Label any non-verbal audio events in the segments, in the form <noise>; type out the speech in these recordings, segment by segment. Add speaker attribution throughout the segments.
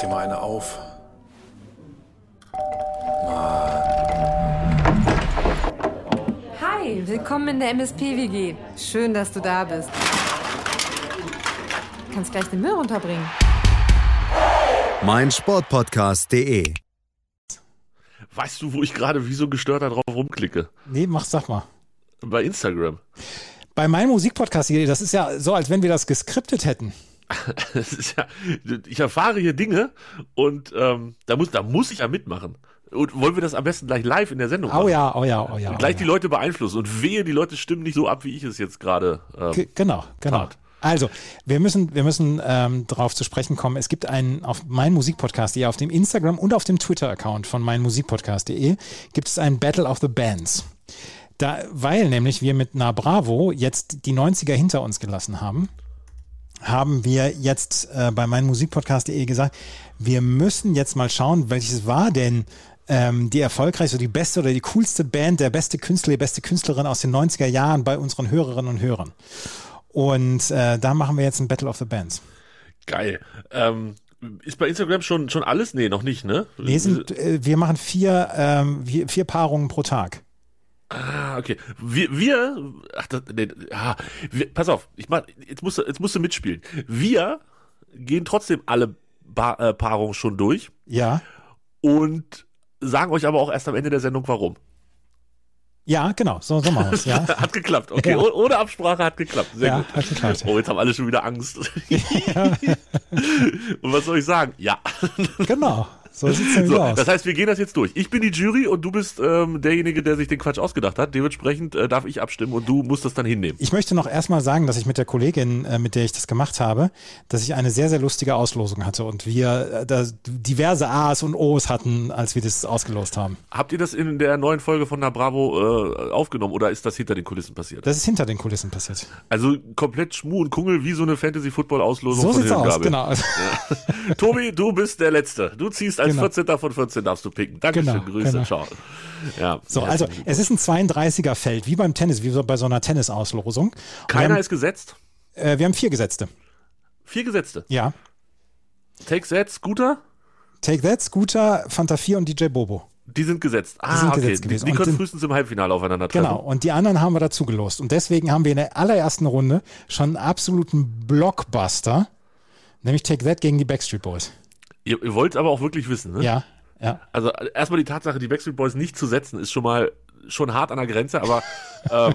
Speaker 1: dir mal eine auf.
Speaker 2: Hi, willkommen in der MSP-WG. Schön, dass du da bist. Du kannst gleich den Müll runterbringen.
Speaker 3: mein Sportpodcast.de.
Speaker 4: Weißt du, wo ich gerade wie so gestört darauf rumklicke?
Speaker 5: Nee, mach, sag mal.
Speaker 4: Bei Instagram. <laughs>
Speaker 5: Bei meinem Musikpodcast hier, das ist ja so, als wenn wir das geskriptet hätten.
Speaker 4: Das ist ja, ich erfahre hier Dinge und ähm, da, muss, da muss ich ja mitmachen. Und wollen wir das am besten gleich live in der Sendung
Speaker 5: Oh
Speaker 4: machen?
Speaker 5: ja, oh ja, oh ja.
Speaker 4: Und
Speaker 5: Oh
Speaker 4: gleich
Speaker 5: ja.
Speaker 4: die Leute beeinflussen und wehe, die Leute stimmen nicht so ab, wie ich es jetzt gerade. Ähm,
Speaker 5: Ge- Genau, genau.
Speaker 4: Tat.
Speaker 5: Also, wir müssen, wir müssen ähm, darauf zu sprechen kommen. Es gibt einen auf meinem Musikpodcast, auf dem Instagram und auf dem Twitter-Account von meinmusikpodcast.de gibt es ein Battle of the Bands. Da, weil nämlich wir mit Na Bravo jetzt die 90er hinter uns gelassen haben, haben wir jetzt äh, bei meinmusikpodcast.de gesagt, wir müssen jetzt mal schauen, welches war denn ähm, die erfolgreichste, die beste oder die coolste Band, der beste Künstler, die beste Künstlerin aus den 90er Jahren bei unseren Hörerinnen und Hörern. Und äh, da machen wir jetzt ein Battle of the Bands.
Speaker 4: geil. Ähm, ist bei Instagram schon, schon alles? Nee, noch nicht, ne?
Speaker 5: Wir, sind, äh, wir machen vier, ähm, vier, vier Paarungen pro Tag.
Speaker 4: Ah, okay. Wir, wir, ach, das, nee, ah, wir, pass auf, ich mach, jetzt musst du, jetzt musst du mitspielen. Wir gehen trotzdem alle ba äh, Paarungen schon durch
Speaker 5: Ja.
Speaker 4: und sagen euch aber auch erst am Ende der Sendung, warum.
Speaker 5: Ja, genau, so, so machen wir es.
Speaker 4: <laughs>
Speaker 5: Ja.
Speaker 4: Hat geklappt, okay.
Speaker 5: Ja.
Speaker 4: Oh- Ohne Absprache hat geklappt. Sehr
Speaker 5: Ja,
Speaker 4: gut.
Speaker 5: hat geklappt.
Speaker 4: Oh, jetzt haben alle schon wieder Angst.
Speaker 5: <laughs>
Speaker 4: <laughs> und was soll ich sagen? Ja.
Speaker 5: Genau, so sieht es
Speaker 4: <laughs>
Speaker 5: nämlich
Speaker 4: So,
Speaker 5: aus.
Speaker 4: das heißt, wir gehen das jetzt durch. Ich bin die Jury und du bist ähm, derjenige, der sich den Quatsch ausgedacht hat. Dementsprechend äh, darf ich abstimmen und du musst das dann hinnehmen.
Speaker 5: Ich möchte noch erstmal sagen, dass ich mit der Kollegin, äh, mit der ich das gemacht habe, dass ich eine sehr, sehr lustige Auslosung hatte und wir äh, da diverse A's und O's hatten, als wir das ausgelost haben.
Speaker 4: Habt ihr das in der neuen Folge von der Bravo äh, aufgenommen oder ist das hinter den Kulissen passiert?
Speaker 5: Das ist hinter den Kulissen passiert.
Speaker 4: Also komplett Schmu und Kungel wie so eine Fantasy-Football-Auslosung
Speaker 5: So
Speaker 4: von
Speaker 5: sieht's aus,
Speaker 4: Hirngabel.
Speaker 5: genau.
Speaker 4: Tobi, du bist der Letzte. Du ziehst als
Speaker 5: Genau.
Speaker 4: 14. von 14 darfst du picken. Dankeschön,
Speaker 5: Genau,
Speaker 4: Grüße,
Speaker 5: genau.
Speaker 4: ciao. Ja,
Speaker 5: So, also es ist ein 32er Feld, wie beim Tennis, wie so bei so einer Tennisauslosung. Und
Speaker 4: Keiner
Speaker 5: wir, haben,
Speaker 4: ist gesetzt.
Speaker 5: äh, wir haben vier Gesetzte.
Speaker 4: Vier Gesetzte.
Speaker 5: Ja.
Speaker 4: Take Set, Scooter,
Speaker 5: Take That, Scooter, Fanta 4 und DJ Bobo.
Speaker 4: die sind gesetzt. Ah,
Speaker 5: sind
Speaker 4: okay.
Speaker 5: gesetzt
Speaker 4: die,
Speaker 5: gewesen.
Speaker 4: die
Speaker 5: Und
Speaker 4: können
Speaker 5: sind-
Speaker 4: frühestens im Halbfinale aufeinandertreffen.
Speaker 5: Genau, und die anderen haben wir dazu gelost. Und deswegen haben wir in der allerersten Runde schon einen absoluten Blockbuster, nämlich Take That gegen die Backstreet Boys.
Speaker 4: Ihr, ihr wollt aber auch wirklich wissen, ne?
Speaker 5: Ja, ja.
Speaker 4: Also äh, erstmal die Tatsache, die Backstreet Boys nicht zu setzen, ist schon mal schon hart an der Grenze, aber ähm,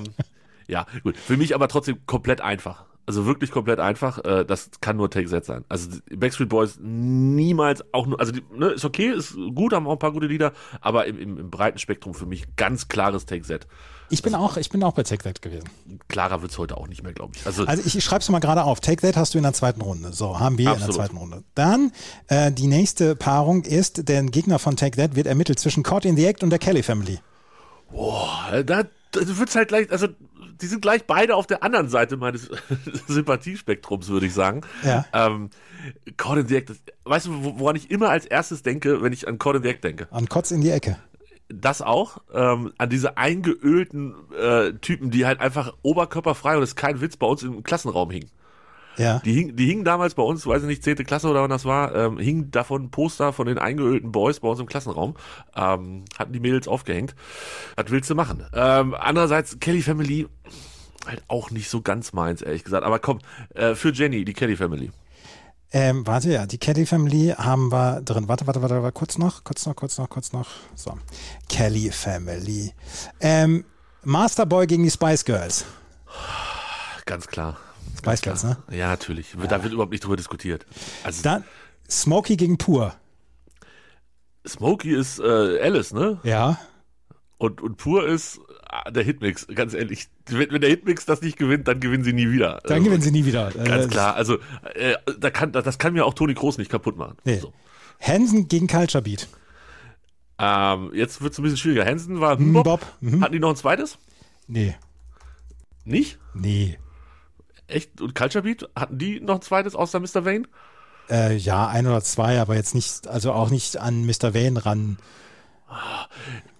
Speaker 4: ja, gut. Für mich aber trotzdem komplett einfach. Also wirklich komplett einfach. Äh, das kann nur Take Set sein. Also die Backstreet Boys niemals auch nur, also die, ne, ist okay, ist gut, haben auch ein paar gute Lieder, aber im, im, im breiten Spektrum für mich ganz klares Take Set.
Speaker 5: Ich bin auch, ich bin auch bei Take That gewesen.
Speaker 4: Klarer wird's heute auch nicht mehr, glaube ich. Also,
Speaker 5: Also ich, ich schreibe es mal gerade auf. Take That hast du in der zweiten Runde. So, haben wir in
Speaker 4: Absolut.
Speaker 5: der zweiten Runde. Dann äh, die nächste Paarung ist, der Gegner von Take That wird ermittelt zwischen Caught in the Act und der Kelly Family.
Speaker 4: boah, Äh, da da wird's halt gleich, also die sind gleich beide auf der anderen Seite meines <laughs> Sympathiespektrums, würde ich sagen.
Speaker 5: Ja.
Speaker 4: Ähm, Cord and the Act, das- weißt du, wo- woran ich immer als erstes denke, wenn ich an Cord and the Act denke?
Speaker 5: An Kotz in die Ecke.
Speaker 4: Das auch, ähm, an diese eingeölten äh, Typen, die halt einfach oberkörperfrei, und das ist kein Witz, bei uns im Klassenraum hingen.
Speaker 5: Ja.
Speaker 4: Die, hing, die hingen damals bei uns, weiß ich nicht, 10. Klasse oder wann das war, ähm, hingen davon ein Poster von den eingeölten Boys bei uns im Klassenraum. Ähm, hatten die Mädels aufgehängt. Was willst du machen? Ähm, andererseits, Kelly Family, halt auch nicht so ganz meins, ehrlich gesagt. Aber komm, äh, für Jenny, die Kelly Family.
Speaker 5: Ähm, warte, ja, die Kelly Family haben wir drin. Warte, warte, warte, warte, kurz noch, kurz noch, kurz noch, kurz noch. So. Kelly Family. Ähm, Masterboy gegen die Spice Girls.
Speaker 4: Ganz klar.
Speaker 5: Spice Girls, ne?
Speaker 4: Ja, natürlich. Da wird überhaupt nicht drüber diskutiert. Also
Speaker 5: Dann Smokey gegen Pur.
Speaker 4: Smokey ist äh, Alice, ne?
Speaker 5: Ja.
Speaker 4: Und, und Pur ist äh, der Hitmix, ganz ehrlich. Wenn, wenn der Hitmix das nicht gewinnt, dann gewinnen sie nie wieder.
Speaker 5: Dann
Speaker 4: Also,
Speaker 5: gewinnen sie nie wieder.
Speaker 4: Ganz
Speaker 5: Äh,
Speaker 4: klar, also äh, da kann, da- das kann mir auch Toni Groß nicht kaputt machen.
Speaker 5: Nee.
Speaker 4: So.
Speaker 5: Hansen gegen Culture Beat.
Speaker 4: Ähm, jetzt wird es ein bisschen schwieriger. Hansen war
Speaker 5: Hm,
Speaker 4: Bob.
Speaker 5: Bob. Mhm.
Speaker 4: Hatten die noch ein zweites?
Speaker 5: Nee.
Speaker 4: Nicht?
Speaker 5: Nee.
Speaker 4: Echt? Und Culture Beat? Hatten die noch ein zweites außer Mr. Vane?
Speaker 5: Äh, ja, ein oder zwei, aber jetzt nicht, also auch nicht an Mr. Vane ran.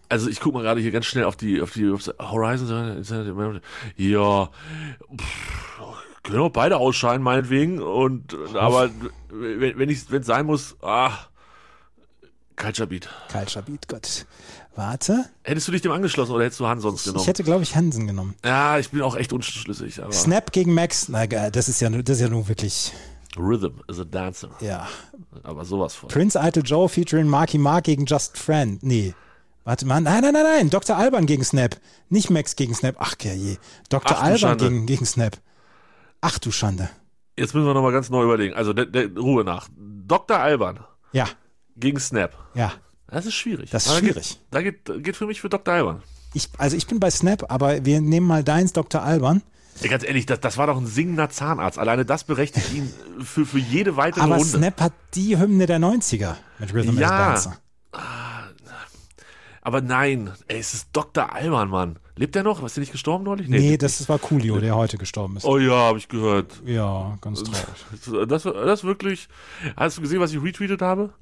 Speaker 4: Also ich gucke mal gerade hier ganz schnell auf die auf die Horizon. Ja, pff, können auch beide ausscheiden, meinetwegen. Und, aber wenn wenn es sein muss, ah, Culture Beat.
Speaker 5: Culture Beat, Gott. Warte.
Speaker 4: Hättest du dich dem angeschlossen oder hättest du Han sonst genommen?
Speaker 5: Ich hätte, glaube ich, Hansen genommen.
Speaker 4: ja, ich bin auch echt unschlüssig. Aber
Speaker 5: Snap gegen Max, na, ge- das ist ja, nu- das ist ja nun wirklich,
Speaker 4: Rhythm is a dancer.
Speaker 5: ja.
Speaker 4: Aber sowas von.
Speaker 5: Prince Idol Joe featuring Marky Mark gegen Just Friend. Nee. Warte mal, nein, nein, nein, nein. Dr. Alban gegen Snap. Nicht Max gegen Snap. Ach, ja je.
Speaker 4: Ach,
Speaker 5: Dr.
Speaker 4: du
Speaker 5: Alban
Speaker 4: Schande.
Speaker 5: gegen, gegen Snap. Ach du Schande.
Speaker 4: Jetzt müssen wir nochmal ganz neu überlegen. Also der, der Ruhe nach. Dr. Alban
Speaker 5: Ja,
Speaker 4: gegen Snap.
Speaker 5: ja.
Speaker 4: Das ist schwierig.
Speaker 5: Das ist
Speaker 4: Aber da
Speaker 5: schwierig.
Speaker 4: Geht, da geht, geht für mich für Dr. Alban.
Speaker 5: Ich, also ich bin bei Snap, aber wir nehmen mal deins, Dr. Alban.
Speaker 4: Ey, ganz ehrlich, das, das war doch ein singender Zahnarzt. Alleine das berechtigt ihn für, für jede weitere
Speaker 5: Aber
Speaker 4: Runde.
Speaker 5: Snap hat die Hymne der 90er mit Rhythm
Speaker 4: Ja.
Speaker 5: ja. Dancer.
Speaker 4: Aber nein, ey, es ist Dr. Alban, Mann. Lebt er noch? Ist er nicht gestorben neulich?
Speaker 5: Nee, das ist- war Coolio, der heute gestorben ist.
Speaker 4: Oh ja, habe ich gehört.
Speaker 5: Ja, ganz traurig.
Speaker 4: <laughs> Das, das wirklich. Hast du gesehen, was ich retweetet habe?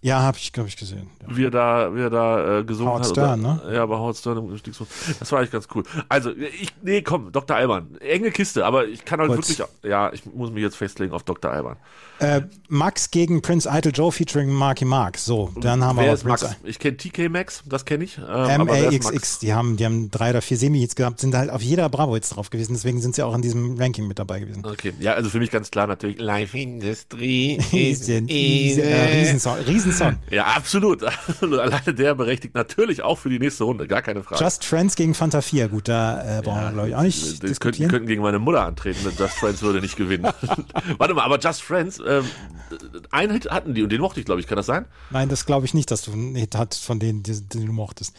Speaker 5: Ja, habe ich, glaube ich, gesehen. Ja.
Speaker 4: Wie er da, wie er da äh, gesungen
Speaker 5: Howard
Speaker 4: hat.
Speaker 5: Stern,
Speaker 4: oder, ne? Ja, bei Howard Stern im Stiegsmund. Das war eigentlich ganz cool. Also, ich, nee, komm, Dr. Alban. Enge Kiste, aber ich kann halt
Speaker 5: Kurz.
Speaker 4: wirklich. Ja, ich muss mich jetzt festlegen auf Dr. Alban.
Speaker 5: Äh, Max gegen Prince Idol Joe featuring Marky Mark. So, dann haben wir
Speaker 4: Wer
Speaker 5: aber
Speaker 4: ist Max?
Speaker 5: Prince
Speaker 4: Ich kenne TK Max, das kenne ich. Ähm, aber wer ist Max?
Speaker 5: MAXX, die haben, die haben drei oder vier Semi-Hits gehabt, sind halt auf jeder Bravo-Hits drauf gewesen, deswegen sind sie auch in diesem Ranking mit dabei gewesen.
Speaker 4: Okay, ja, also für mich ganz klar natürlich Live
Speaker 5: <laughs>
Speaker 4: Industry
Speaker 5: Ist ein Riesen- äh, Riesensong. Riesensong.
Speaker 4: Ja, absolut. <laughs> absolut. Alleine der berechtigt natürlich auch für die nächste Runde, gar keine Frage.
Speaker 5: Just Friends gegen Fanta 4. Gut, da äh, brauchen wir, glaube ich, auch nicht
Speaker 4: die könnten,
Speaker 5: diskutieren.
Speaker 4: könnten gegen meine Mutter antreten, denn Just Friends würde nicht
Speaker 5: <laughs>
Speaker 4: gewinnen. Warte mal, aber Just Friends, ähm, einen Hit hatten die und den mochte ich, glaube ich, kann das sein?
Speaker 5: Nein, das glaube ich nicht, dass du einen Hit hattest von denen, die, die du mochtest.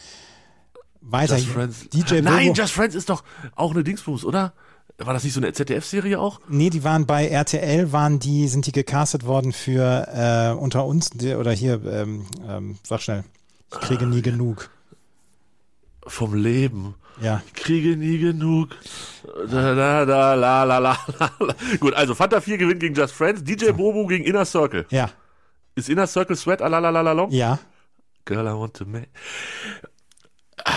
Speaker 5: Weiter.
Speaker 4: Just Friends.
Speaker 5: DJ
Speaker 4: Nein,
Speaker 5: Bobo.
Speaker 4: Just Friends ist doch auch eine Dingsbums, oder? War das nicht so eine ZDF-Serie auch?
Speaker 5: Nee, die waren bei RTL, waren die, sind die gecastet worden für äh, unter uns die, oder hier, ähm, ähm, sag schnell, ich kriege nie genug.
Speaker 4: Vom Leben.
Speaker 5: Ja.
Speaker 4: Ich kriege nie genug. Da, da, da, la, la, la, la, la. Gut, also Fanta 4 gewinnt gegen Just Friends, DJ Bobo gegen Inner Circle.
Speaker 5: Ja.
Speaker 4: Ist Inner Circle Sweat, la, la, la, la, long?
Speaker 5: Ja.
Speaker 4: Girl, I want to make. Ah,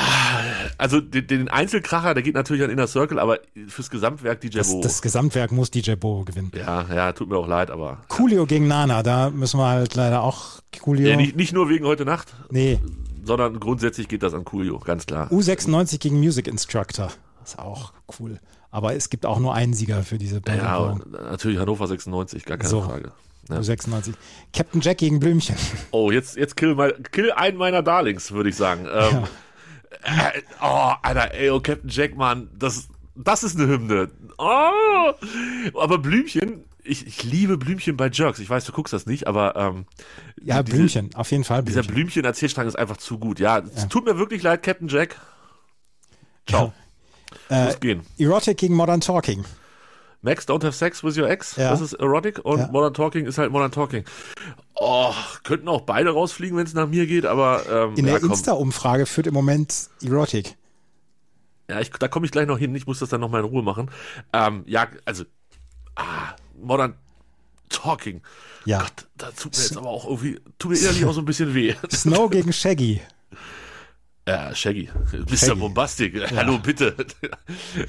Speaker 4: Also den, den Einzelkracher, der geht natürlich an Inner Circle, aber fürs Gesamtwerk DJ
Speaker 5: Das,
Speaker 4: Bobo.
Speaker 5: das Gesamtwerk muss DJ Bobo gewinnen.
Speaker 4: Ja, ja, tut mir auch leid, aber.
Speaker 5: Coolio gegen Nana, da müssen wir halt leider auch Coolio.
Speaker 4: Ja, nicht, nicht nur wegen heute Nacht,
Speaker 5: nee,
Speaker 4: sondern grundsätzlich geht das an Coolio, ganz klar.
Speaker 5: U96 gegen Music Instructor. Ist auch cool. Aber es gibt auch nur einen Sieger für diese Battle.
Speaker 4: ja, und natürlich Hannover 96, gar keine
Speaker 5: So.
Speaker 4: Frage. Ja.
Speaker 5: U96. Captain Jack gegen
Speaker 4: <laughs>
Speaker 5: Blümchen.
Speaker 4: Oh, jetzt, jetzt kill, mein, kill einen meiner Darlings, würde ich sagen. Ähm, äh, oh, Alter, ey, oh, Captain Jack, Mann, das, das ist eine Hymne. Oh, aber Blümchen, ich, ich liebe Blümchen bei Jerks. Ich weiß, du guckst das nicht, aber ähm,
Speaker 5: Ja,
Speaker 4: diese-
Speaker 5: Blümchen, auf jeden Fall.
Speaker 4: dieser
Speaker 5: Blümchen.
Speaker 4: Blümchen-Erzählstrang ist einfach zu gut. Ja, es tut mir wirklich leid, Captain Jack. Ciao.
Speaker 5: Äh,
Speaker 4: Muss gehen.
Speaker 5: Erotic gegen Modern Talking.
Speaker 4: Max, don't have sex with your ex.
Speaker 5: Ja.
Speaker 4: Das ist erotic. Und
Speaker 5: Ja.
Speaker 4: Modern Talking ist halt Modern Talking. Oh, könnten auch beide rausfliegen, wenn es nach mir geht, aber ähm,
Speaker 5: In
Speaker 4: ja,
Speaker 5: der
Speaker 4: komm.
Speaker 5: Insta-Umfrage führt im Moment Erotic.
Speaker 4: Ja, ich, da komme ich gleich noch hin. Ich muss das dann nochmal in Ruhe machen. Ähm, ja, also, ah, Modern Talking.
Speaker 5: Ja.
Speaker 4: Gott, da tut mir jetzt aber auch irgendwie, tut mir innerlich auch so ein bisschen weh.
Speaker 5: Snow gegen Shaggy.
Speaker 4: Ja, Shaggy. <laughs> Mr. Bombastic. Hallo, bitte.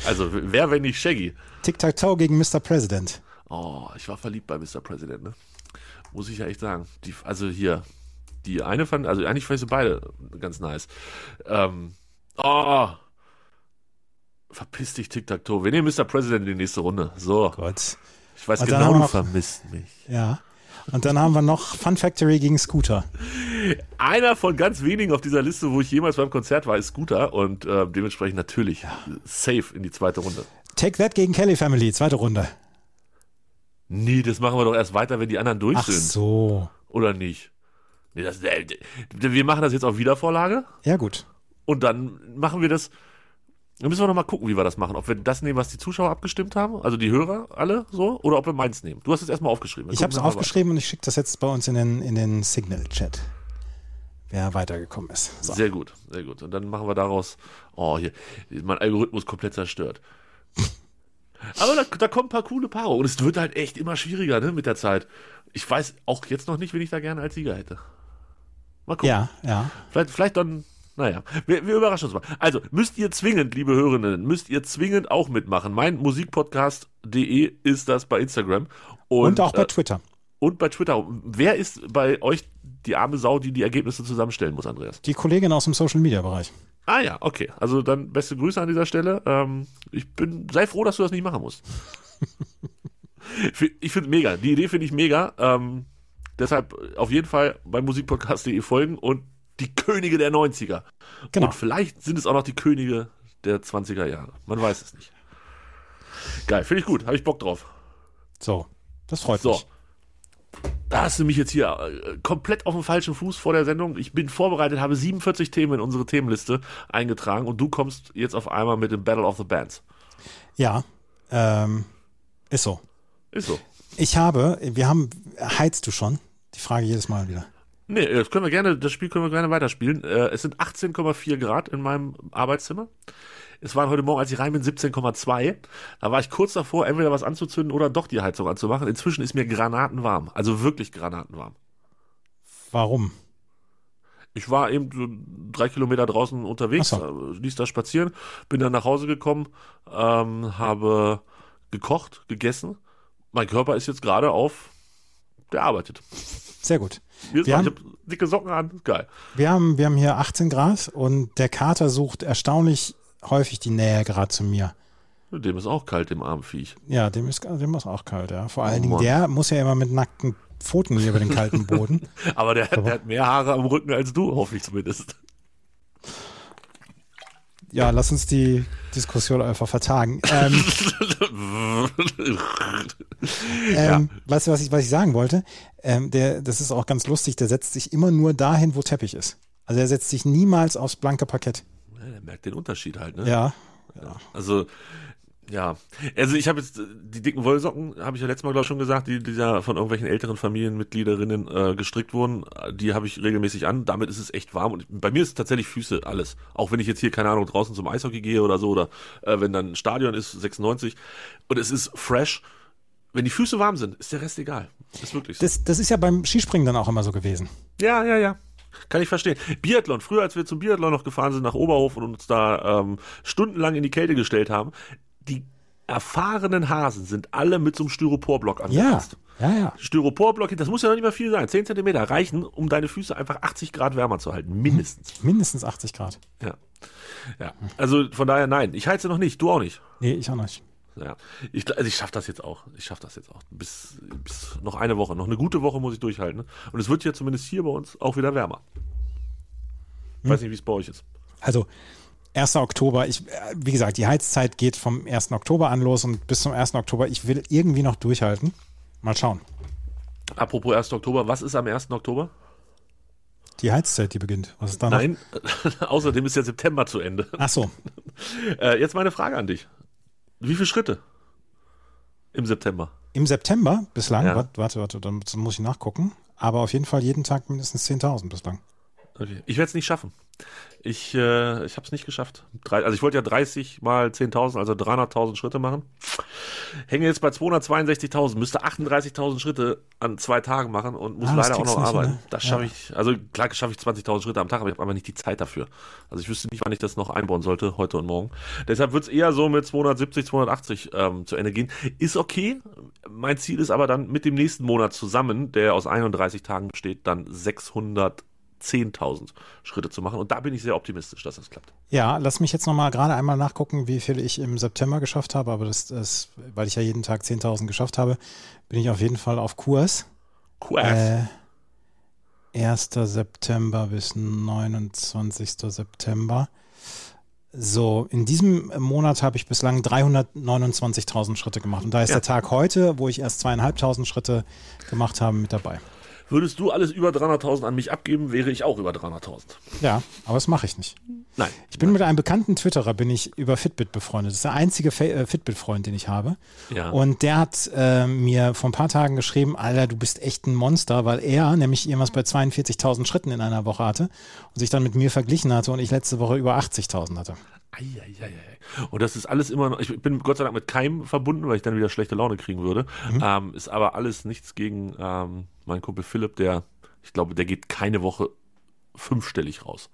Speaker 4: Also, wer, wenn nicht Shaggy?
Speaker 5: Tic-Tac-Toe gegen Mr. President.
Speaker 4: Oh, ich war verliebt bei Mr. President, ne? Muss ich ja echt sagen. Die, also hier, die eine fand, also eigentlich fand ich sie beide ganz nice. Ähm, oh. Verpiss dich, Tic-Tac-Toe. Wir nehmen Mr. President in die nächste Runde. So.
Speaker 5: Gott.
Speaker 4: Ich weiß
Speaker 5: Und Also dann
Speaker 4: genau,
Speaker 5: haben wir
Speaker 4: du
Speaker 5: noch-
Speaker 4: vermisst mich.
Speaker 5: Ja. Und dann haben wir noch Fun Factory gegen Scooter.
Speaker 4: Einer von ganz wenigen auf dieser Liste, wo ich jemals beim Konzert war, ist Scooter und äh, dementsprechend natürlich safe in die zweite Runde.
Speaker 5: Take That gegen Kelly Family, zweite Runde.
Speaker 4: Nee, das machen wir doch erst weiter, wenn die anderen durch
Speaker 5: Ach
Speaker 4: sind.
Speaker 5: so.
Speaker 4: Oder nicht? Nee, das, äh, wir machen das jetzt auf Wiedervorlage
Speaker 5: Ja, gut.
Speaker 4: und dann machen wir das. Dann müssen wir noch mal gucken, wie wir das machen. Ob wir das nehmen, was die Zuschauer abgestimmt haben, also die Hörer alle so, oder ob wir meins nehmen. Du hast es erstmal aufgeschrieben. Dann
Speaker 5: Ich habe es
Speaker 4: gucken wir mal
Speaker 5: aufgeschrieben und ich schicke das jetzt bei uns in den, in den Signal-Chat, wer weitergekommen ist. So.
Speaker 4: Sehr gut, sehr gut. Und dann machen wir daraus, oh, hier, mein Algorithmus komplett zerstört. Aber da, da kommen ein paar coole Paare und es wird halt echt immer schwieriger, ne, mit der Zeit. Ich weiß auch jetzt noch nicht, wen ich da gerne als Sieger hätte. Mal gucken.
Speaker 5: Ja, ja.
Speaker 4: Vielleicht, vielleicht dann Naja, wir, wir überraschen uns mal. Also, müsst ihr zwingend, liebe Hörenden, müsst ihr zwingend auch mitmachen. Mein Musikpodcast.de ist das bei Instagram. Und,
Speaker 5: Und auch bei
Speaker 4: äh,
Speaker 5: Twitter.
Speaker 4: und bei Twitter. Wer ist bei euch die arme Sau, die die Ergebnisse zusammenstellen muss, Andreas?
Speaker 5: Die Kollegin aus dem Social Media Bereich.
Speaker 4: Ah ja, okay. Also dann beste Grüße an dieser Stelle. Ähm, ich bin, sei froh, dass du das nicht machen
Speaker 5: <laughs>
Speaker 4: musst. Ich fi- ich finde mega. Die Idee finde ich mega. Ähm, deshalb auf jeden Fall bei musikpodcast.de folgen und die Könige der 90er.
Speaker 5: Genau.
Speaker 4: Und vielleicht sind es auch noch die Könige der 20er Jahre. Man weiß es nicht. Geil, finde ich gut. Habe ich Bock drauf.
Speaker 5: So, das freut
Speaker 4: So.
Speaker 5: mich.
Speaker 4: Da hast du mich jetzt hier äh, komplett auf dem falschen Fuß vor der Sendung. Ich bin vorbereitet, habe 47 Themen in unsere Themenliste eingetragen und du kommst jetzt auf einmal mit dem Battle of the Bands.
Speaker 5: Ja, ähm, ist so.
Speaker 4: Ist so.
Speaker 5: Ich habe, wir haben, heizt du schon? Die Frage jedes Mal wieder.
Speaker 4: Nee, äh, das können wir gerne, das Spiel können wir gerne weiterspielen. Äh, es sind 18,4 Grad in meinem Arbeitszimmer. Es waren heute Morgen, als ich rein bin, 17,2. Da war ich kurz davor, entweder was anzuzünden oder doch die Heizung anzumachen. Inzwischen ist mir granatenwarm. Also wirklich granatenwarm.
Speaker 5: Warum?
Speaker 4: Ich war eben so drei Kilometer draußen unterwegs,
Speaker 5: Ach
Speaker 4: äh, ließ da spazieren, bin dann nach Hause gekommen, ähm, habe gekocht, gegessen. Mein Körper ist jetzt gerade auf, der arbeitet.
Speaker 5: Sehr gut.
Speaker 4: Jedes
Speaker 5: Wir
Speaker 4: Mal, ich
Speaker 5: haben,
Speaker 4: habe dicke Socken an, geil.
Speaker 5: wir, haben, wir haben hier 18 Grad und der Kater sucht erstaunlich häufig die Nähe gerade zu mir.
Speaker 4: Dem ist auch kalt im armen Viech.
Speaker 5: Ja, dem ist, dem ist auch kalt, ja. Vor allen
Speaker 4: Oh
Speaker 5: Dingen,
Speaker 4: Mann.
Speaker 5: der muss ja immer mit nackten Pfoten hier über den
Speaker 4: <laughs>
Speaker 5: kalten Boden.
Speaker 4: Aber der, der hat mehr Haare am Rücken als du, hoffe ich zumindest.
Speaker 5: Ja, lass uns die Diskussion
Speaker 4: <laughs>
Speaker 5: einfach vertagen. Ähm, ähm, Weißt du, was ich, was ich sagen wollte? Ähm, der, das ist auch ganz lustig, der setzt sich immer nur dahin, wo Teppich ist. Also er setzt sich niemals aufs blanke Parkett.
Speaker 4: Ja, der merkt den Unterschied halt, ne?
Speaker 5: Ja,
Speaker 4: Also, ja. Also ich habe jetzt äh, die dicken Wollsocken, habe ich ja letztes Mal, glaube ich, schon gesagt, die, die da von irgendwelchen älteren Familienmitgliederinnen äh, gestrickt wurden, äh, die habe ich regelmäßig an. Damit ist es echt warm. Und bei mir ist tatsächlich Füße alles. Auch wenn ich jetzt hier, keine Ahnung, draußen zum Eishockey gehe oder so, oder äh, wenn dann ein Stadion ist, 96, und es ist fresh. Wenn die Füße warm sind, ist der Rest egal. Ist wirklich so.
Speaker 5: das, das ist ja beim Skispringen dann auch immer so gewesen.
Speaker 4: Ja, ja, ja. Kann ich verstehen. Biathlon, früher als wir zum Biathlon noch gefahren sind nach Oberhof und uns da ähm, stundenlang in die Kälte gestellt haben, die erfahrenen Hasen sind alle mit so einem Styroporblock
Speaker 5: Ja,
Speaker 4: angepasst.
Speaker 5: ja, ja.
Speaker 4: Styroporblock, das muss ja noch nicht mal viel sein. 10 Zentimeter reichen, um deine Füße einfach 80 Grad wärmer zu halten. Mindestens.
Speaker 5: Mindestens 80 Grad.
Speaker 4: Ja. ja. Also von daher nein. Ich heize noch nicht, du auch nicht.
Speaker 5: Nee, ich auch nicht.
Speaker 4: Ja. Ich, gl- also ich schaffe das jetzt auch. Ich schaffe das jetzt auch. Bis, bis noch eine Woche. Noch eine gute Woche muss ich durchhalten. ne? Und es wird ja zumindest hier bei uns auch wieder wärmer. Ich Weiß nicht, wie es bei euch ist.
Speaker 5: Also 1. Oktober, ich, äh, wie gesagt, die Heizzeit geht vom 1. Oktober an los und bis zum 1. Oktober, ich will irgendwie noch durchhalten. Mal schauen.
Speaker 4: Apropos 1. Oktober, was ist am 1. Oktober?
Speaker 5: Die Heizzeit, die beginnt. Was ist da
Speaker 4: Nein, <laughs> außerdem ist ja September zu Ende.
Speaker 5: noch? Ach so,
Speaker 4: Äh, jetzt meine Frage an dich. Wie viele Schritte im September?
Speaker 5: im September bislang,
Speaker 4: Ja.
Speaker 5: warte, warte, warte, dann muss ich nachgucken. Aber auf jeden Fall jeden Tag mindestens 10.000 bislang.
Speaker 4: Okay. Ich werde es nicht schaffen. Ich, äh, ich habe es nicht geschafft. Drei, also ich wollte ja 30 mal 10.000, also 300.000 Schritte machen. Hänge jetzt bei 262.000, müsste 38.000 Schritte an zwei Tagen machen und muss
Speaker 5: Ah, das
Speaker 4: leider auch
Speaker 5: kriegst
Speaker 4: noch
Speaker 5: du nicht hin,
Speaker 4: arbeiten.
Speaker 5: ne?
Speaker 4: Das
Speaker 5: Ja.
Speaker 4: schaffe ich. Also klar schaffe ich 20.000 Schritte am Tag, aber ich habe einfach nicht die Zeit dafür. Also ich wüsste nicht, wann ich das noch einbauen sollte, heute und morgen. Deshalb wird es eher so mit 270, 280 ähm, zu Ende gehen. Ist okay. Mein Ziel ist aber dann mit dem nächsten Monat zusammen, der aus 31 Tagen besteht, dann 610.000 Schritte zu machen. Und da bin ich sehr optimistisch, dass das klappt.
Speaker 5: Ja, lass mich jetzt nochmal gerade einmal nachgucken, wie viel ich im September geschafft habe. Aber das, das weil ich ja jeden Tag 10.000 geschafft habe, bin ich auf jeden Fall auf Kurs.
Speaker 4: Cool.
Speaker 5: Äh, 1. Äh, September bis 29. September. So, in diesem Monat habe ich bislang 329.000 Schritte gemacht. Und da ist
Speaker 4: Ja.
Speaker 5: der Tag heute, wo ich erst zweieinhalbtausend Schritte gemacht habe, mit dabei.
Speaker 4: Würdest du alles über 300.000 an mich abgeben, wäre ich auch über 300.000.
Speaker 5: Ja, aber das mache ich nicht.
Speaker 4: Nein.
Speaker 5: Ich bin mit einem bekannten Twitterer, bin ich über Fitbit befreundet. Das ist der einzige Fa- äh, Fitbit-Freund, den ich habe.
Speaker 4: Ja.
Speaker 5: Und der hat äh, mir vor ein paar Tagen geschrieben, Alter, du bist echt ein Monster, weil er nämlich irgendwas bei 42.000 Schritten in einer Woche hatte und sich dann mit mir verglichen hatte und ich letzte Woche über 80.000 hatte.
Speaker 4: Eieieiei. Und das ist alles immer noch, ich bin Gott sei Dank mit Keim verbunden, weil ich dann wieder schlechte Laune kriegen würde.
Speaker 5: Mhm.
Speaker 4: Ähm, ist aber alles nichts gegen ähm, meinen Kumpel Philipp, der, ich glaube, der geht keine Woche fünfstellig raus.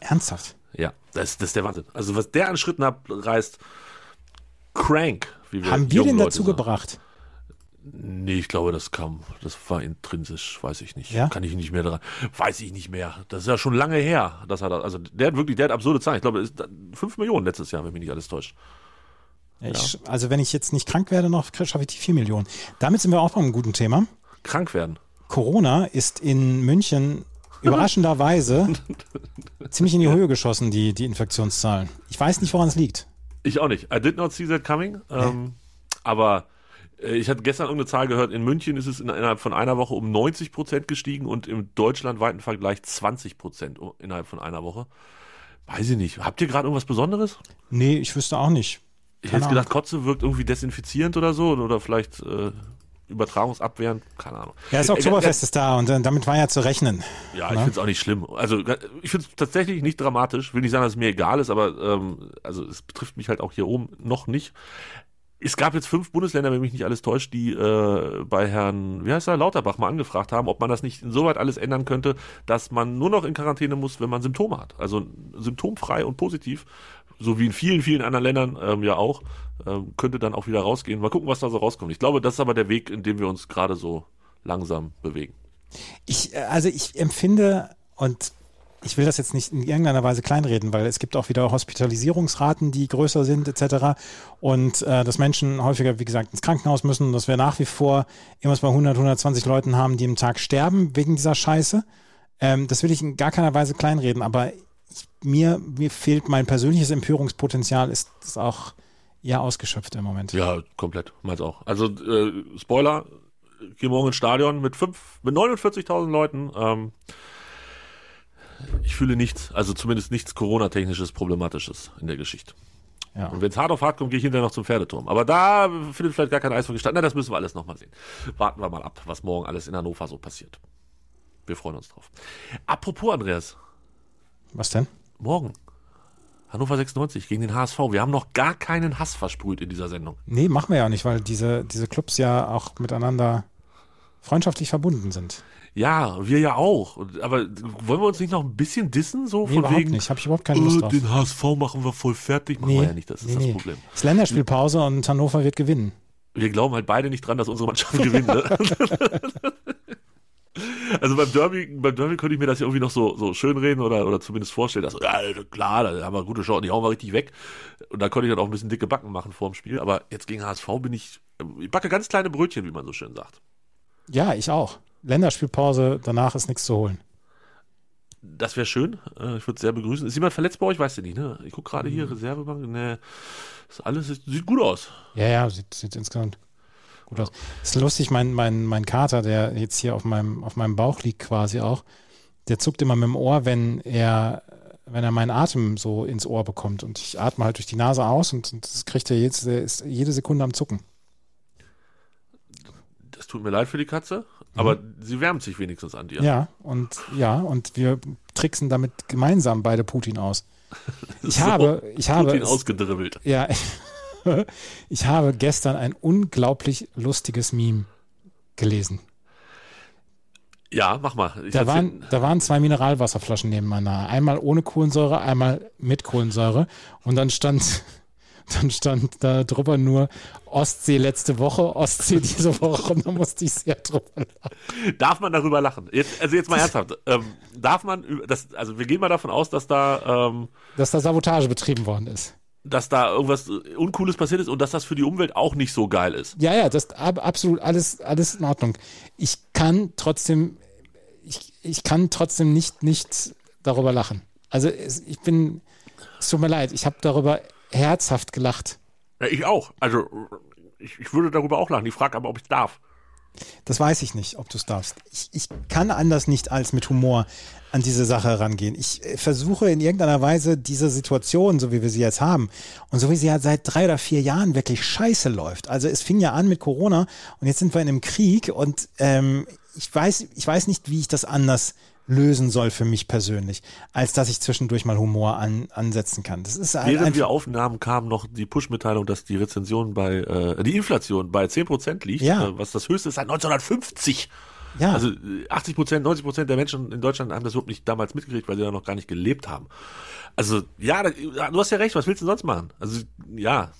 Speaker 5: Ernsthaft?
Speaker 4: Ja, das, das ist der Wahnsinn. Also, was der an Schritten abreißt, crank. Wie
Speaker 5: Haben wir
Speaker 4: jungen
Speaker 5: den
Speaker 4: Leute
Speaker 5: dazu
Speaker 4: sagen.
Speaker 5: gebracht?
Speaker 4: Nee, ich glaube, das kam, das war intrinsisch, weiß ich nicht.
Speaker 5: Ja?
Speaker 4: Kann ich nicht mehr dran. Weiß ich nicht mehr. Das ist ja schon lange her, dass er da, also der hat wirklich, der hat absurde Zahlen. Ich glaube, das ist 5 Millionen letztes Jahr, wenn mich nicht alles täuscht.
Speaker 5: Ich, Also wenn ich jetzt nicht krank werde, noch schaffe ich die 4 Millionen. Damit sind wir auch bei einem guten Thema.
Speaker 4: Krank werden.
Speaker 5: Corona ist
Speaker 4: <laughs>
Speaker 5: in München überraschenderweise ziemlich in die Höhe geschossen, die, die Infektionszahlen. Ich weiß nicht, woran es liegt.
Speaker 4: Ich auch nicht. I did not see that coming. Ähm, aber äh, ich hatte gestern irgendeine Zahl gehört, in München ist es in, innerhalb von einer Woche um 90 Prozent gestiegen und im deutschlandweiten Vergleich 20 Prozent innerhalb von einer Woche. Weiß ich nicht. Habt ihr gerade irgendwas Besonderes?
Speaker 5: Nee, ich wüsste auch nicht.
Speaker 4: Ich
Speaker 5: Keine
Speaker 4: hätte gedacht, Kotze wirkt irgendwie desinfizierend oder so oder vielleicht äh, übertragungsabwehrend. Keine Ahnung.
Speaker 5: Ja, das
Speaker 4: Äh,
Speaker 5: Oktoberfest ist da und äh, damit war ja zu rechnen.
Speaker 4: Ja, ich finde es auch nicht schlimm. Also äh, ich finde es tatsächlich nicht dramatisch. Will nicht sagen, dass es mir egal ist, aber ähm, also es betrifft mich halt auch hier oben noch nicht. Es gab jetzt fünf Bundesländer, wenn mich nicht alles täuscht, die äh, bei Herrn, wie heißt er, Lauterbach mal angefragt haben, ob man das nicht insoweit alles ändern könnte, dass man nur noch in Quarantäne muss, wenn man Symptome hat. Also symptomfrei und positiv, so wie in vielen, vielen anderen Ländern ähm, ja auch, ähm, könnte dann auch wieder rausgehen. Mal gucken, was da so rauskommt. Ich glaube, das ist aber der Weg, in dem wir uns gerade so langsam bewegen.
Speaker 5: Ich, äh, also ich empfinde und ich will das jetzt nicht in irgendeiner Weise kleinreden, weil es gibt auch wieder Hospitalisierungsraten, die größer sind etc. Und äh, dass Menschen häufiger, wie gesagt, ins Krankenhaus müssen und dass wir nach wie vor irgendwas bei 100, 120 Leuten haben, die im Tag sterben wegen dieser Scheiße. Ähm, das will ich in gar keiner Weise kleinreden, aber ich, mir, mir fehlt mein persönliches Empörungspotenzial, ist, ist auch eher ausgeschöpft im Moment.
Speaker 4: Ja, komplett. Meins auch. Also, äh, Spoiler, ich gehe morgen ins Stadion mit, fünf, mit 49.000 Leuten. Ähm, ich fühle nichts, also zumindest nichts Corona-technisches Problematisches in der Geschichte.
Speaker 5: Ja.
Speaker 4: Und wenn es hart auf hart kommt, gehe ich hinterher noch zum Pferdeturm. Aber da findet vielleicht gar kein Eishockey statt. Na, das müssen wir alles nochmal sehen. Warten wir mal ab, was morgen alles in Hannover so passiert. Wir freuen uns drauf. Apropos, Andreas,
Speaker 5: Was denn?
Speaker 4: morgen. Hannover 96 gegen den HSV. Wir haben noch gar keinen Hass versprüht in dieser Sendung.
Speaker 5: Nee, machen wir ja nicht, weil diese, diese Clubs ja auch miteinander freundschaftlich verbunden sind.
Speaker 4: Ja, wir ja auch. Und- Aber wollen wir uns nicht noch ein bisschen dissen? So
Speaker 5: Nee,
Speaker 4: von
Speaker 5: überhaupt
Speaker 4: wegen,
Speaker 5: nicht. Habe ich überhaupt keine Lust
Speaker 4: äh,
Speaker 5: drauf.
Speaker 4: den HSV machen wir voll fertig. Machen wir ja nicht, das ist
Speaker 5: nee,
Speaker 4: das
Speaker 5: nee.
Speaker 4: Problem.
Speaker 5: Es ist Länderspielpause und Hannover wird gewinnen.
Speaker 4: Wir glauben halt beide nicht dran, dass unsere Mannschaft <laughs> gewinnt. Ne? also beim Derby, beim Derby könnte ich mir das ja irgendwie noch so, so schön reden oder, oder zumindest vorstellen, dass, ja, also klar, da haben wir gute Chancen, die hauen wir richtig weg. Und da konnte ich dann auch ein bisschen dicke Backen machen vor dem Spiel. Aber jetzt gegen HSV bin ich, ich backe ganz kleine Brötchen, wie man so schön sagt.
Speaker 5: Ja, ich auch. Länderspielpause, danach ist nichts zu holen.
Speaker 4: Das wäre schön. Äh, Ich würde es sehr begrüßen. Ist jemand verletzt bei euch? Weißt du nicht, ne? Ich gucke gerade
Speaker 5: Mhm.
Speaker 4: hier, Reservebank. Ne, ist alles sieht, sieht gut aus.
Speaker 5: Ja, ja, sieht, sieht insgesamt gut aus. Ist lustig, mein, mein, mein Kater, der jetzt hier auf meinem, auf meinem Bauch liegt quasi auch, der zuckt immer mit dem Ohr, wenn er, wenn er meinen Atem so ins Ohr bekommt. Und ich atme halt durch die Nase aus und, und das kriegt er jetzt, der ist jede Sekunde am Zucken.
Speaker 4: Das tut mir leid für die Katze, aber sie wärmt sich wenigstens an dir.
Speaker 5: Mhm. Ja, und ja, und wir tricksen damit gemeinsam beide Putin aus. Ich habe, ich habe,
Speaker 4: Putin
Speaker 5: es-
Speaker 4: ausgedribbelt.
Speaker 5: ja, <laughs> ich habe gestern ein unglaublich lustiges Meme gelesen.
Speaker 4: Ja, mach mal. Ich
Speaker 5: Da
Speaker 4: hab's
Speaker 5: waren, da waren zwei Mineralwasserflaschen nebeneinander. Einmal ohne Kohlensäure, einmal mit Kohlensäure. Und dann stand, <laughs> dann stand da drüber nur Ostsee letzte Woche, Ostsee diese Woche. Und da musste ich sehr drüber lachen.
Speaker 4: hier- darf man darüber lachen? Jetzt, also jetzt mal ernsthaft. Ähm, darf man, über- das, also wir gehen mal davon aus, dass da, ähm,
Speaker 5: Dass da Sabotage betrieben worden ist.
Speaker 4: dass da irgendwas äh, Uncooles passiert ist und dass das für die Umwelt auch nicht so geil ist.
Speaker 5: Ja, ja, das ist ab, absolut alles, alles in Ordnung. Ich kann trotzdem, ich, ich kann trotzdem nicht, nicht darüber lachen. Also es, ich bin, es tut mir leid, ich habe darüber herzhaft gelacht.
Speaker 4: Ja, ich auch. Also ich, ich würde darüber auch lachen. Ich frage aber, ob ich darf.
Speaker 5: Das weiß ich nicht, ob du es darfst. Ich, ich kann anders nicht als mit Humor an diese Sache herangehen. Ich äh, versuche in irgendeiner Weise diese Situation, so wie wir sie jetzt haben und so wie sie ja seit drei oder vier Jahren wirklich scheiße läuft. Also es fing ja an mit Corona und jetzt sind wir in einem Krieg und ähm, ich, weiß, ich weiß nicht, wie ich das anders lösen soll für mich persönlich, als dass ich zwischendurch mal Humor an, ansetzen kann. Das ist halt
Speaker 4: Während
Speaker 5: einfach,
Speaker 4: wir aufnahmen, kam noch die Push-Mitteilung, dass die Rezension bei, äh, die Inflation bei 10% liegt,
Speaker 5: Ja.
Speaker 4: äh, was das höchste ist seit 1950.
Speaker 5: Ja.
Speaker 4: Also äh, 80 Prozent, 90 Prozent der Menschen in Deutschland haben das überhaupt nicht damals mitgekriegt, weil sie da noch gar nicht gelebt haben. Also ja, da, ja, du hast ja recht, was willst du denn sonst machen? Also ja,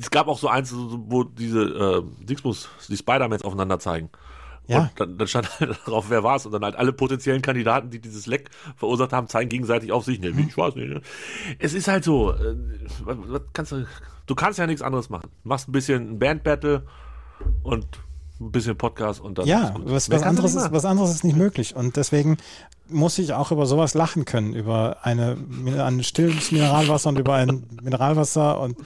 Speaker 4: es gab auch so eins, so- wo diese äh, Dingsbus, die Spider-Mans aufeinander zeigen.
Speaker 5: Ja.
Speaker 4: Und dann, dann stand halt <laughs> drauf, wer war's. Und dann halt alle potenziellen Kandidaten, die dieses Leck verursacht haben, zeigen gegenseitig auf sich. Ne,
Speaker 5: Mhm.
Speaker 4: wie, ich weiß nicht. Ne? Es ist halt so, äh, was, was kannst du, du kannst ja nichts anderes machen. Machst ein bisschen ein Band-Battle und ein bisschen Podcast und dann
Speaker 5: Ja,
Speaker 4: ist gut.
Speaker 5: was,
Speaker 4: Mehr kannst
Speaker 5: was,
Speaker 4: du
Speaker 5: anderes
Speaker 4: nicht
Speaker 5: ist,
Speaker 4: machen.
Speaker 5: was anderes ist nicht möglich. Und deswegen muss ich auch über sowas lachen können, über eine, ein stilles Mineralwasser und über ein Mineralwasser. Und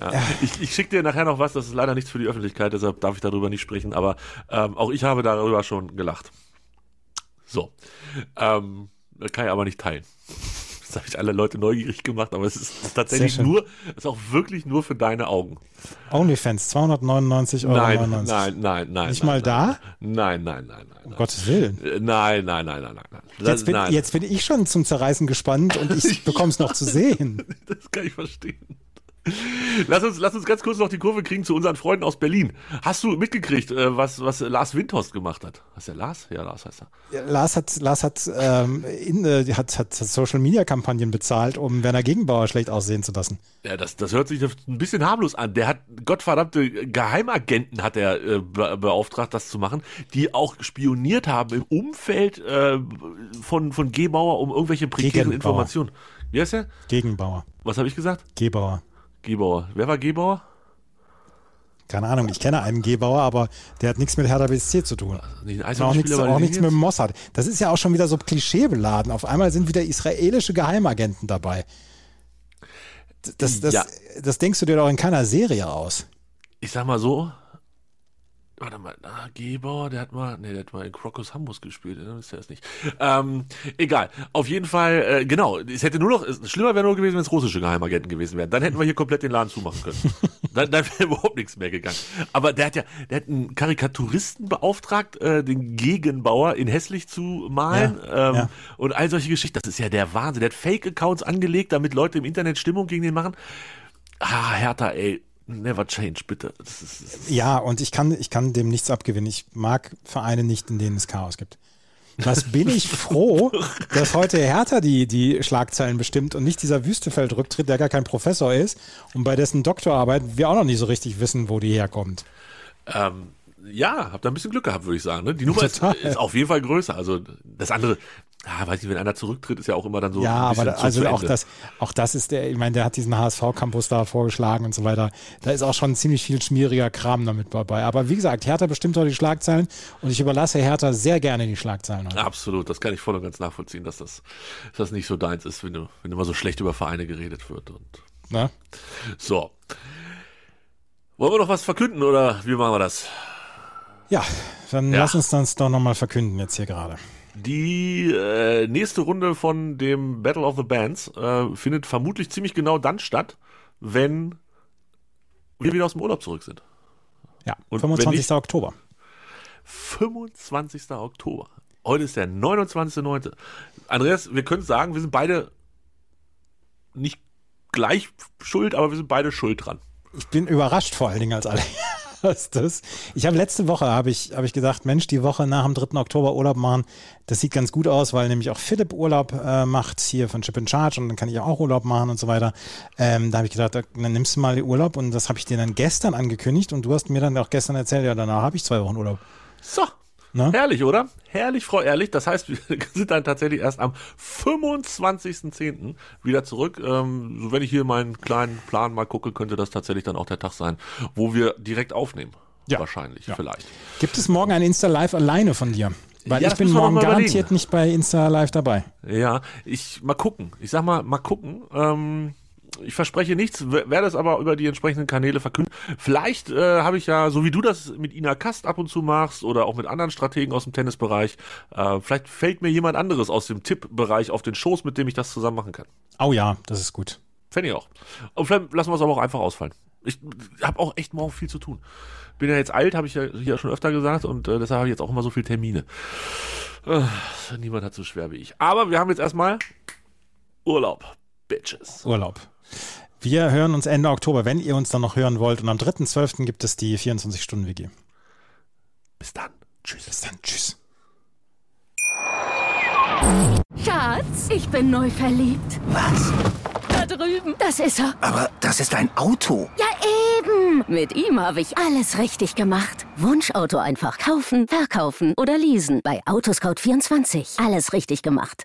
Speaker 4: Ja. Ich, ich schicke dir nachher noch was, das ist leider nichts für die Öffentlichkeit, deshalb darf ich darüber nicht sprechen, aber ähm, auch ich habe darüber schon gelacht. So. Ähm, das kann ich aber nicht teilen. <laughs> Das habe ich alle Leute neugierig gemacht, aber es ist tatsächlich
Speaker 5: Sehr schön.
Speaker 4: nur, es ist auch wirklich nur für deine Augen.
Speaker 5: OnlyFans, 299 Euro.
Speaker 4: Nein, nein, nein, nein, nein.
Speaker 5: Nicht mal
Speaker 4: nein,
Speaker 5: da?
Speaker 4: Nein, nein, nein, nein.
Speaker 5: Um
Speaker 4: nein.
Speaker 5: Gottes Willen.
Speaker 4: Äh, Nein, nein, nein, nein, nein. Das,
Speaker 5: Jetzt bin,
Speaker 4: nein.
Speaker 5: jetzt bin ich schon zum Zerreißen gespannt und
Speaker 4: <laughs>
Speaker 5: ich bekomme es noch zu sehen.
Speaker 4: Das kann ich verstehen. Lass uns, lass uns ganz kurz noch die Kurve kriegen zu unseren Freunden aus Berlin. Hast du mitgekriegt, äh, was, was Lars Windhorst gemacht hat? Was der Lars? Ja, Lars heißt er.
Speaker 5: Ja, Lars hat, Lars hat, ähm, in, äh, hat, hat Social Media Kampagnen bezahlt, um Werner Gegenbauer schlecht aussehen zu lassen.
Speaker 4: Ja, das, das hört sich ein bisschen harmlos an. Der hat gottverdammte Geheimagenten hat er äh, be beauftragt, das zu machen, die auch spioniert haben im Umfeld äh, von, von Gebauer um irgendwelche prekären
Speaker 5: Gegenbauer.
Speaker 4: Informationen. Wie heißt der?
Speaker 5: Gegenbauer.
Speaker 4: Was habe ich gesagt?
Speaker 5: Gebauer.
Speaker 4: Gebauer. Wer war Gebauer?
Speaker 5: Keine Ahnung, ich kenne einen Gebauer, aber der hat nichts mit Hertha BSC zu tun.
Speaker 4: Also Nicht ein
Speaker 5: Und auch nichts,
Speaker 4: Eishockeyspieler, aber
Speaker 5: auch nichts mit
Speaker 4: jetzt-
Speaker 5: dem Mossad. Das ist ja auch schon wieder so klischeebeladen. Auf einmal sind wieder israelische Geheimagenten dabei. D- Das, das,
Speaker 4: Ja.
Speaker 5: das denkst du dir doch in keiner Serie aus.
Speaker 4: ich sag mal so, warte mal, ah, Gebauer, der hat mal, nee, der hat mal in Crocus Hamburg gespielt, ne, dann ist der es nicht. Ähm, egal, auf jeden Fall, äh, genau, es hätte nur noch, es, schlimmer wäre nur gewesen, wenn es russische Geheimagenten gewesen wären. Dann hätten wir hier komplett den Laden zumachen können.
Speaker 5: <laughs>
Speaker 4: dann dann wäre überhaupt nichts mehr gegangen. Aber der hat ja, der hat einen Karikaturisten beauftragt, äh, den Gegenbauer in hässlich zu malen
Speaker 5: Ja,
Speaker 4: ähm,
Speaker 5: ja.
Speaker 4: und all solche Geschichten. Das ist ja der Wahnsinn. Der hat Fake-Accounts angelegt, damit Leute im Internet Stimmung gegen den machen. Ah, Hertha, ey. Never change, bitte. Das ist, das ist,
Speaker 5: Ja, und ich kann, ich kann dem nichts abgewinnen. Ich mag Vereine nicht, in denen es Chaos gibt. Was bin
Speaker 4: <laughs>
Speaker 5: ich froh, dass heute Hertha die, die Schlagzeilen bestimmt und nicht dieser Wüstefeld-Rücktritt, der gar kein Professor ist und bei dessen Doktorarbeit wir auch noch nicht so richtig wissen, wo die herkommt.
Speaker 4: ähm, ja, hab da ein bisschen Glück gehabt, würde ich sagen. Ne? Die Nummer ist,
Speaker 5: Total.
Speaker 4: ist auf jeden Fall größer. Also das andere, ah, weiß nicht, wenn einer zurücktritt, ist ja auch immer dann so. ein
Speaker 5: Ja,
Speaker 4: bisschen
Speaker 5: aber da,
Speaker 4: zu-
Speaker 5: also
Speaker 4: zu
Speaker 5: auch
Speaker 4: Ende.
Speaker 5: das, auch das ist der, ich meine, der hat diesen HSV-Campus da vorgeschlagen und so weiter. Da ist auch schon ziemlich viel schmieriger Kram damit dabei. Aber wie gesagt, Hertha bestimmt heute die Schlagzeilen und ich überlasse Hertha sehr gerne die Schlagzeilen heute.
Speaker 4: Absolut, das kann ich voll und ganz nachvollziehen, dass das, dass das nicht so deins ist, wenn, du, wenn immer so schlecht über Vereine geredet wird. Und
Speaker 5: Ne?
Speaker 4: so. Wollen wir noch was verkünden oder wie machen wir das?
Speaker 5: Ja, dann
Speaker 4: Ja.
Speaker 5: lass uns das doch nochmal verkünden jetzt hier gerade.
Speaker 4: Die äh, nächste Runde von dem Battle of the Bands äh, findet vermutlich ziemlich genau dann statt, wenn wir wieder aus dem Urlaub zurück sind.
Speaker 5: Ja,
Speaker 4: Und
Speaker 5: 25.
Speaker 4: wenn nicht-
Speaker 5: Oktober.
Speaker 4: 25. Oktober. Heute ist der 29.9. Andreas, wir können sagen, wir sind beide nicht gleich schuld, aber wir sind beide schuld dran.
Speaker 5: Ich bin überrascht vor allen Dingen als alle. als das. Ich habe letzte Woche habe ich, habe ich gesagt, Mensch, die Woche nach dem 3. Oktober Urlaub machen, das sieht ganz gut aus, weil nämlich auch Philipp Urlaub äh, macht hier von Chip in Charge und dann kann ich auch Urlaub machen und so weiter. Ähm, da habe ich gedacht, da- dann nimmst du mal Urlaub und das habe ich dir dann gestern angekündigt und du hast mir dann auch gestern erzählt, ja, danach habe ich zwei Wochen Urlaub.
Speaker 4: So.
Speaker 5: Na?
Speaker 4: Herrlich, oder? Herrlich, Frau Ehrlich. Das heißt, wir <laughs> sind dann tatsächlich erst am 25.10. wieder zurück. Ähm, so wenn ich hier meinen kleinen Plan mal gucke, könnte das tatsächlich dann auch der Tag sein, wo wir direkt aufnehmen.
Speaker 5: Ja.
Speaker 4: Wahrscheinlich,
Speaker 5: Ja.
Speaker 4: vielleicht.
Speaker 5: Gibt es morgen ein Insta Live alleine von dir? Weil
Speaker 4: Ja,
Speaker 5: ich
Speaker 4: das
Speaker 5: bin
Speaker 4: müssen wir
Speaker 5: morgen
Speaker 4: noch mal
Speaker 5: garantiert
Speaker 4: überlegen.
Speaker 5: nicht bei Insta Live dabei.
Speaker 4: Ja, ich mal gucken. Ich sag mal, mal gucken. Ähm, ich verspreche nichts, w- werde es aber über die entsprechenden Kanäle verkünden. Vielleicht äh, habe ich ja, so wie du das mit Ina Kast ab und zu machst oder auch mit anderen Strategen aus dem Tennisbereich, äh, vielleicht fällt mir jemand anderes aus dem Tippbereich auf den Schoß, mit dem ich das zusammen machen kann.
Speaker 5: Oh ja, das ist gut.
Speaker 4: Fände ich auch. Und vielleicht lassen wir es aber auch einfach ausfallen. Ich habe auch echt morgen viel zu tun. Bin ja jetzt alt, habe ich ja hier schon öfter gesagt und äh, deshalb habe ich jetzt auch immer so viele Termine. Äh, niemand hat so schwer wie ich. Aber wir haben jetzt erstmal Urlaub, Bitches.
Speaker 5: Urlaub. Wir hören uns Ende Oktober, wenn ihr uns dann noch hören wollt. Und am 3.12. gibt es die 24-Stunden-WG.
Speaker 4: Bis dann.
Speaker 5: Tschüss. Bis dann. Tschüss.
Speaker 1: Schatz, ich bin neu verliebt.
Speaker 6: Was?
Speaker 1: Da drüben. Das ist er.
Speaker 6: Aber das ist ein Auto.
Speaker 1: Ja, eben. Mit ihm habe ich alles richtig gemacht. Wunschauto einfach kaufen, verkaufen oder leasen. Bei Autoscout24. Alles richtig gemacht.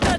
Speaker 1: Da